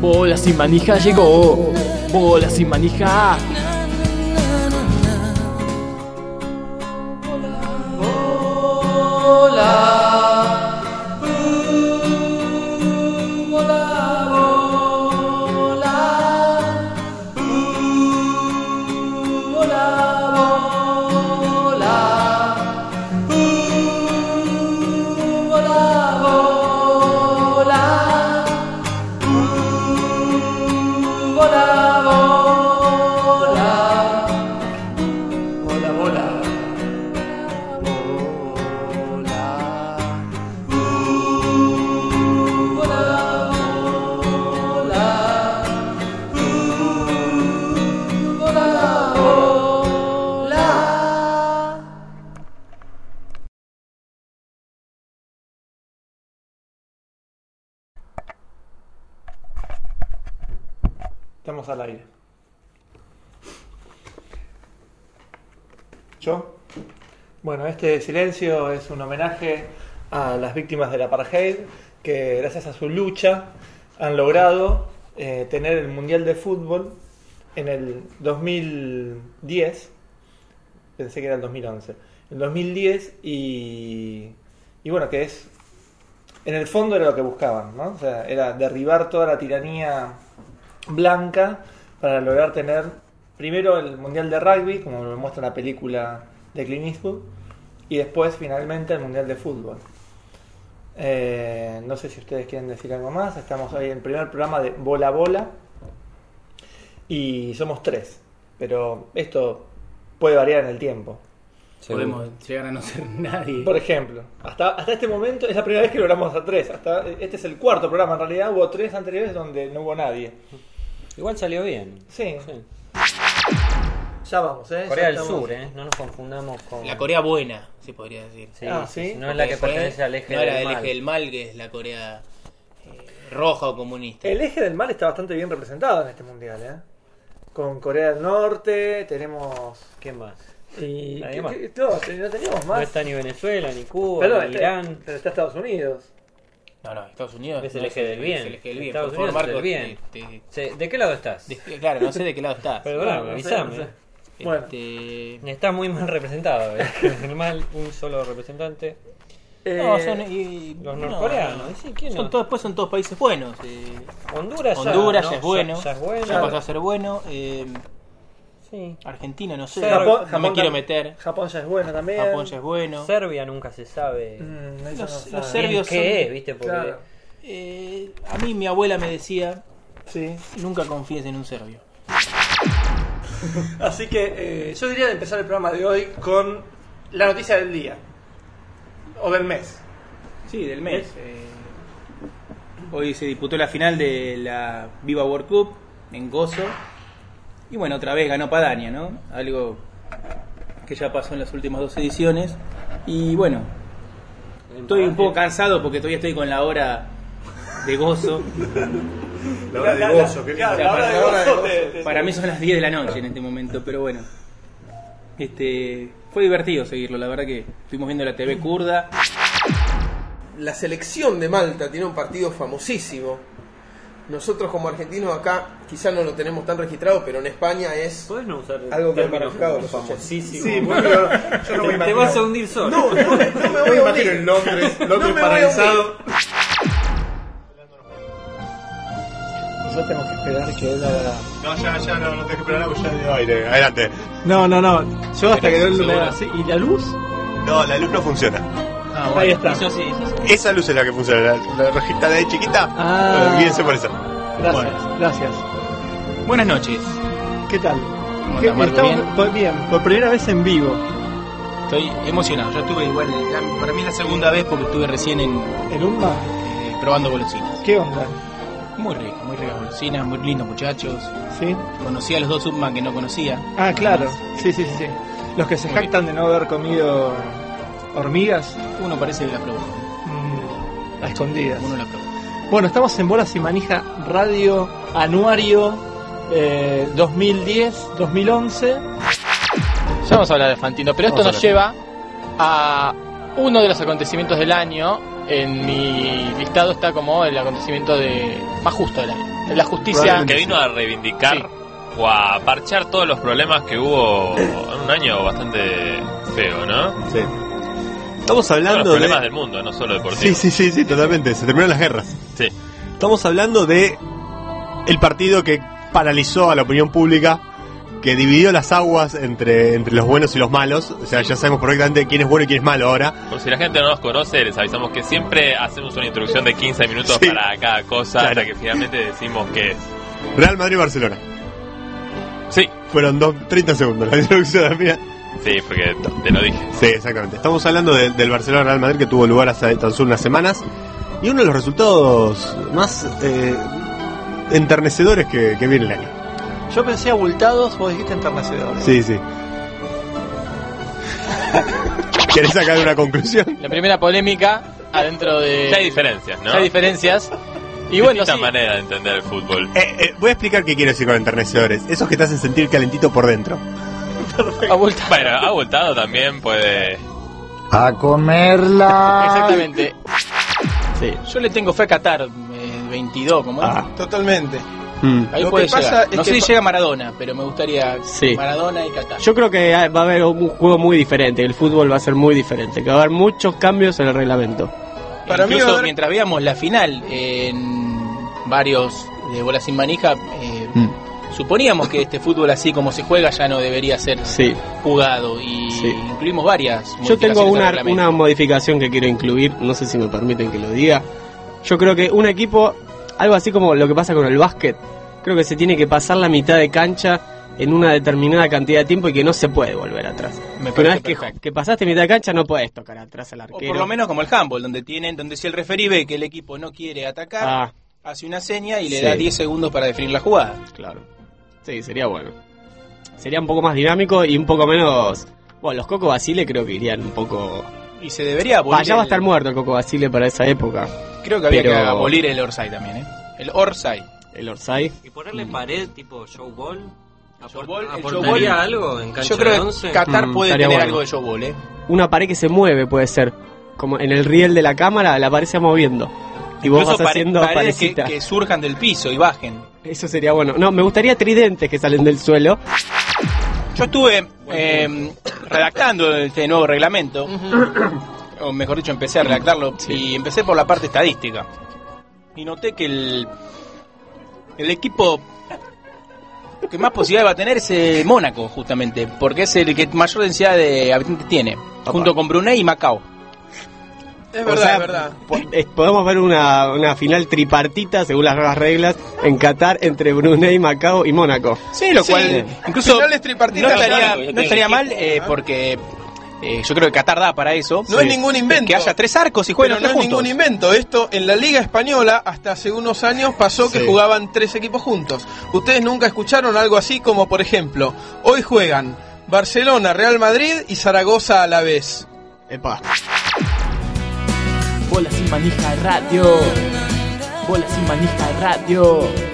Bola sin manija llegó. Bola sin manija. Estamos al aire. ¿Yo? Bueno, este silencio es un homenaje a las víctimas del apartheid que gracias a su lucha han logrado eh, tener el Mundial de Fútbol en el 2010. Pensé que era el 2011. El 2010 y, y bueno, que es... En el fondo era lo que buscaban, ¿no? O sea, era derribar toda la tiranía blanca para lograr tener primero el Mundial de Rugby, como lo muestra la película de Clint Eastwood, y después finalmente el Mundial de Fútbol. Eh, no sé si ustedes quieren decir algo más, estamos hoy en el primer programa de Bola Bola y somos tres, pero esto puede variar en el tiempo. Podemos llegar a no ser nadie. Por ejemplo, hasta, hasta este momento es la primera vez que logramos a tres. Hasta, este es el cuarto programa, en realidad hubo tres anteriores donde no hubo nadie. Igual salió bien. Sí, Sí. ya vamos, ¿eh? Corea Ya del estamos- Sur, ¿eh? No nos confundamos con. La Corea buena, se podría decir. Sí, Ah, sí, ¿sí? No es la que Porque pertenece fue- al eje no era del el mal. eje del mal, que es la Corea eh, roja o comunista. El eje del mal está bastante bien representado en este mundial, ¿eh? Con Corea del Norte, tenemos. ¿Qué más? Y... Nadie ¿qué- más. qué- No, te- no teníamos No más. está ni Venezuela, ni Cuba, Perdón, eh, ni está- Irán. pero está Estados Unidos. No, no, Estados Unidos Es el no eje del bien. Es el eje del bien. Estados Por favor, Unidos es el Marcos, bien. te- Sí, ¿De qué lado estás? te- te- claro, no sé de qué lado estás. Perdón, no, no sé, avísame. no sé. Bueno. Este, Está muy mal representado. ¿eh? El mal, un solo representante. no, Eh, son, y- Los no, norcoreanos. no, Sí, ¿quién son no? todos- después son todos países buenos. eh. Honduras, ya, Honduras ¿no? ya, es bueno, Ya, es bueno. ya pasó a ser bueno. eh, Sí. Argentina, no sé, Japón- no Japón me quiero tam- meter. Japón ya es bueno también. Japón ya es bueno. Serbia nunca se sabe. Mm, eso Los- no los sabe. bien serbios ¿Qué son- es, viste? Porque Claro. Eh, a mí mi abuela me decía, Sí. nunca confíes en un serbio. Así que eh, yo diría de empezar el programa de hoy con la noticia del día. O del mes. Sí, del mes. Eh, hoy se disputó la final de la Viva World Cup en Gozo. Y bueno, otra vez ganó Padania, ¿no? Algo que ya pasó en las últimas dos ediciones. Y bueno, estoy un poco cansado porque todavía estoy con la hora de gozo. La hora de gozo, qué lindo. Claro, la hora de La hora de gozo gozo. te- te- Para mí son las 10 de la noche en este momento, pero bueno. Este, fue divertido seguirlo, la verdad que estuvimos viendo la TV kurda. La selección de Malta tiene un partido famosísimo. Nosotros como argentinos acá quizá no lo tenemos tan registrado, pero en España es ¿Podés no usar algo que han términos manejado como los ochenta. famosísimo? Sí, bueno, yo no me Te imagino. vas a hundir solo. No, no, me- no me No me voy a imagino hundir. en Londres, No me Londres voy a paralizado. Nosotros tenemos que esperar que él haga. No, ya, ya, no, no te esperamos, ya dio aire. Adelante. No, no, no. Yo hasta que doy Seguro. la... sí, ¿Y la luz? No, la luz no funciona. Ahí está. Eso sí, eso sí. Esa luz es la que funciona, la, la rojita de ahí chiquita. Ah. Olvídense por eso. Gracias, gracias. Buenas noches. ¿Qué tal? Hola, ¿Qué- Marco, estamos- por- bien, por primera vez en vivo. Estoy emocionado, yo estuve igual, la- para mí es la segunda vez porque estuve recién en, ¿En Umba? eh, probando golosinas. ¿Qué onda? Muy ricas, muy ricas golosinas, muy lindos muchachos. ¿Sí? Conocí a los dos Subman que no conocía. Ah, claro. Sí, sí, sí, sí. Los que se Muy jactan de no haber comido hormigas, Uno parece que la probó, mm, a escondidas. uno la probó. Bueno, estamos en Bolas y Manija Radio Anuario eh, 2010-2011. Ya vamos a hablar de Fantino, pero esto Vamos a nos lleva a uno de los acontecimientos del año. En mi listado está como el acontecimiento de más justo del año. la justicia que vino a reivindicar o a parchar todos los problemas que hubo en un año bastante feo, ¿no? Sí. Estamos Todos los hablando problemas de... del mundo, no solo Sí, deportivos. sí, sí, sí, totalmente. Se terminaron las guerras. Sí. Estamos hablando de el partido que paralizó a la opinión pública, que dividió las aguas entre, entre los buenos y los malos. O sea, ya sabemos perfectamente quién es bueno y quién es malo ahora. Por si la gente no nos conoce, les avisamos que siempre hacemos una introducción de 15 minutos Sí. para cada cosa Claro. hasta que finalmente decimos que es. Real Madrid y Barcelona. Sí, Fueron dos, 30 segundos la introducción. mira. sí, porque te lo dije. Sí, exactamente. Estamos hablando de- del Barcelona Real Madrid que tuvo lugar hace tan solo unas semanas. Y uno de los resultados más eh, enternecedores que, que viene el año. Yo pensé abultados, vos dijiste enternecedores. Sí, sí. ¿Querés sacar una conclusión? La primera polémica adentro de... Eh, Ya hay diferencias, ¿no? ya hay diferencias. Y Distinta bueno, sí, manera de entender el fútbol. Eh, eh, voy a explicar qué quiero decir con enternecedores. Esos que te hacen sentir calentito por dentro. abulta- Bueno, abultado también puede. A comerla. Exactamente. Ah. Yo le tengo fe a Qatar eh, 22, como Ah. dicen. Totalmente. Mm. Ahí Lo puede que pasa llegar. es no sé que- si llega Maradona, pero me gustaría Sí. Maradona y Qatar. Yo creo que ah, va a haber un juego muy diferente, el fútbol va a ser muy diferente, que va a haber muchos cambios en el reglamento. Para mí Incluso va a haber- mientras veamos la final en varios de bolas sin manija, eh, suponíamos que este fútbol así como se juega ya no debería ser Sí. jugado y Sí. incluimos varias. Yo modificaciones tengo al una, reglamento. una modificación que quiero incluir, no sé si me permiten que lo diga. Yo creo que un equipo, algo así como lo que pasa con el básquet, creo que se tiene que pasar la mitad de cancha en una determinada cantidad de tiempo y que no se puede volver atrás. Me Una vez parece que, perfecto. que pasaste mitad de cancha no puedes tocar atrás al O arquero. por lo menos como el handball, donde tienen, donde si el referí ve que el equipo no quiere atacar, Ah, hace una seña y le Sí. da 10 segundos para definir la jugada. claro. Sí, sería bueno. Sería un poco más dinámico y un poco menos... Bueno, los Coco Basile creo que irían un poco... Y se debería abolir. Allá va a estar el- muerto el Coco Basile para esa época. Creo que había que pero- abolir el Orsay también, ¿eh? El Orsay. El Orsay. Y ponerle pared tipo showball. Show ball, el ¿Aportaría show ball- algo en cancha Yo creo de que once? Qatar Mm, puede estaría tener bueno. algo de showball, ¿eh? una pared que se mueve puede ser como en el riel de la cámara la pared se va moviendo y vos Incluso vas pare- haciendo paredes que, parecita que surjan del piso y bajen. eso sería bueno no me gustaría tridentes que salen del suelo Yo estuve eh, redactando este nuevo reglamento, o mejor dicho, empecé a redactarlo, y empecé por la parte estadística. Y noté que el, el equipo que más posibilidad va a tener es eh, Mónaco, justamente, porque es el que mayor densidad de habitantes tiene, junto con Brunei y Macao. Es O verdad, sea, es verdad. po- eh, podemos ver una, una final tripartita según las nuevas reglas en Qatar entre Brunei Macao y Mónaco Sí, lo Sí. cual incluso Finales no tripartitas. estaría, no estaría mal eh, porque eh, yo creo que Qatar da para eso. No Sí. es ningún invento. Que haya tres arcos y jueguen Bueno, no es los tres juntos. ningún invento. Esto en la Liga Española, hasta hace unos años, pasó que Sí. jugaban tres equipos juntos. Ustedes nunca escucharon algo así como, por ejemplo, hoy juegan Barcelona, Real Madrid y Zaragoza a la vez. Epa. Bola sin manija radio. Bola sin manija radio.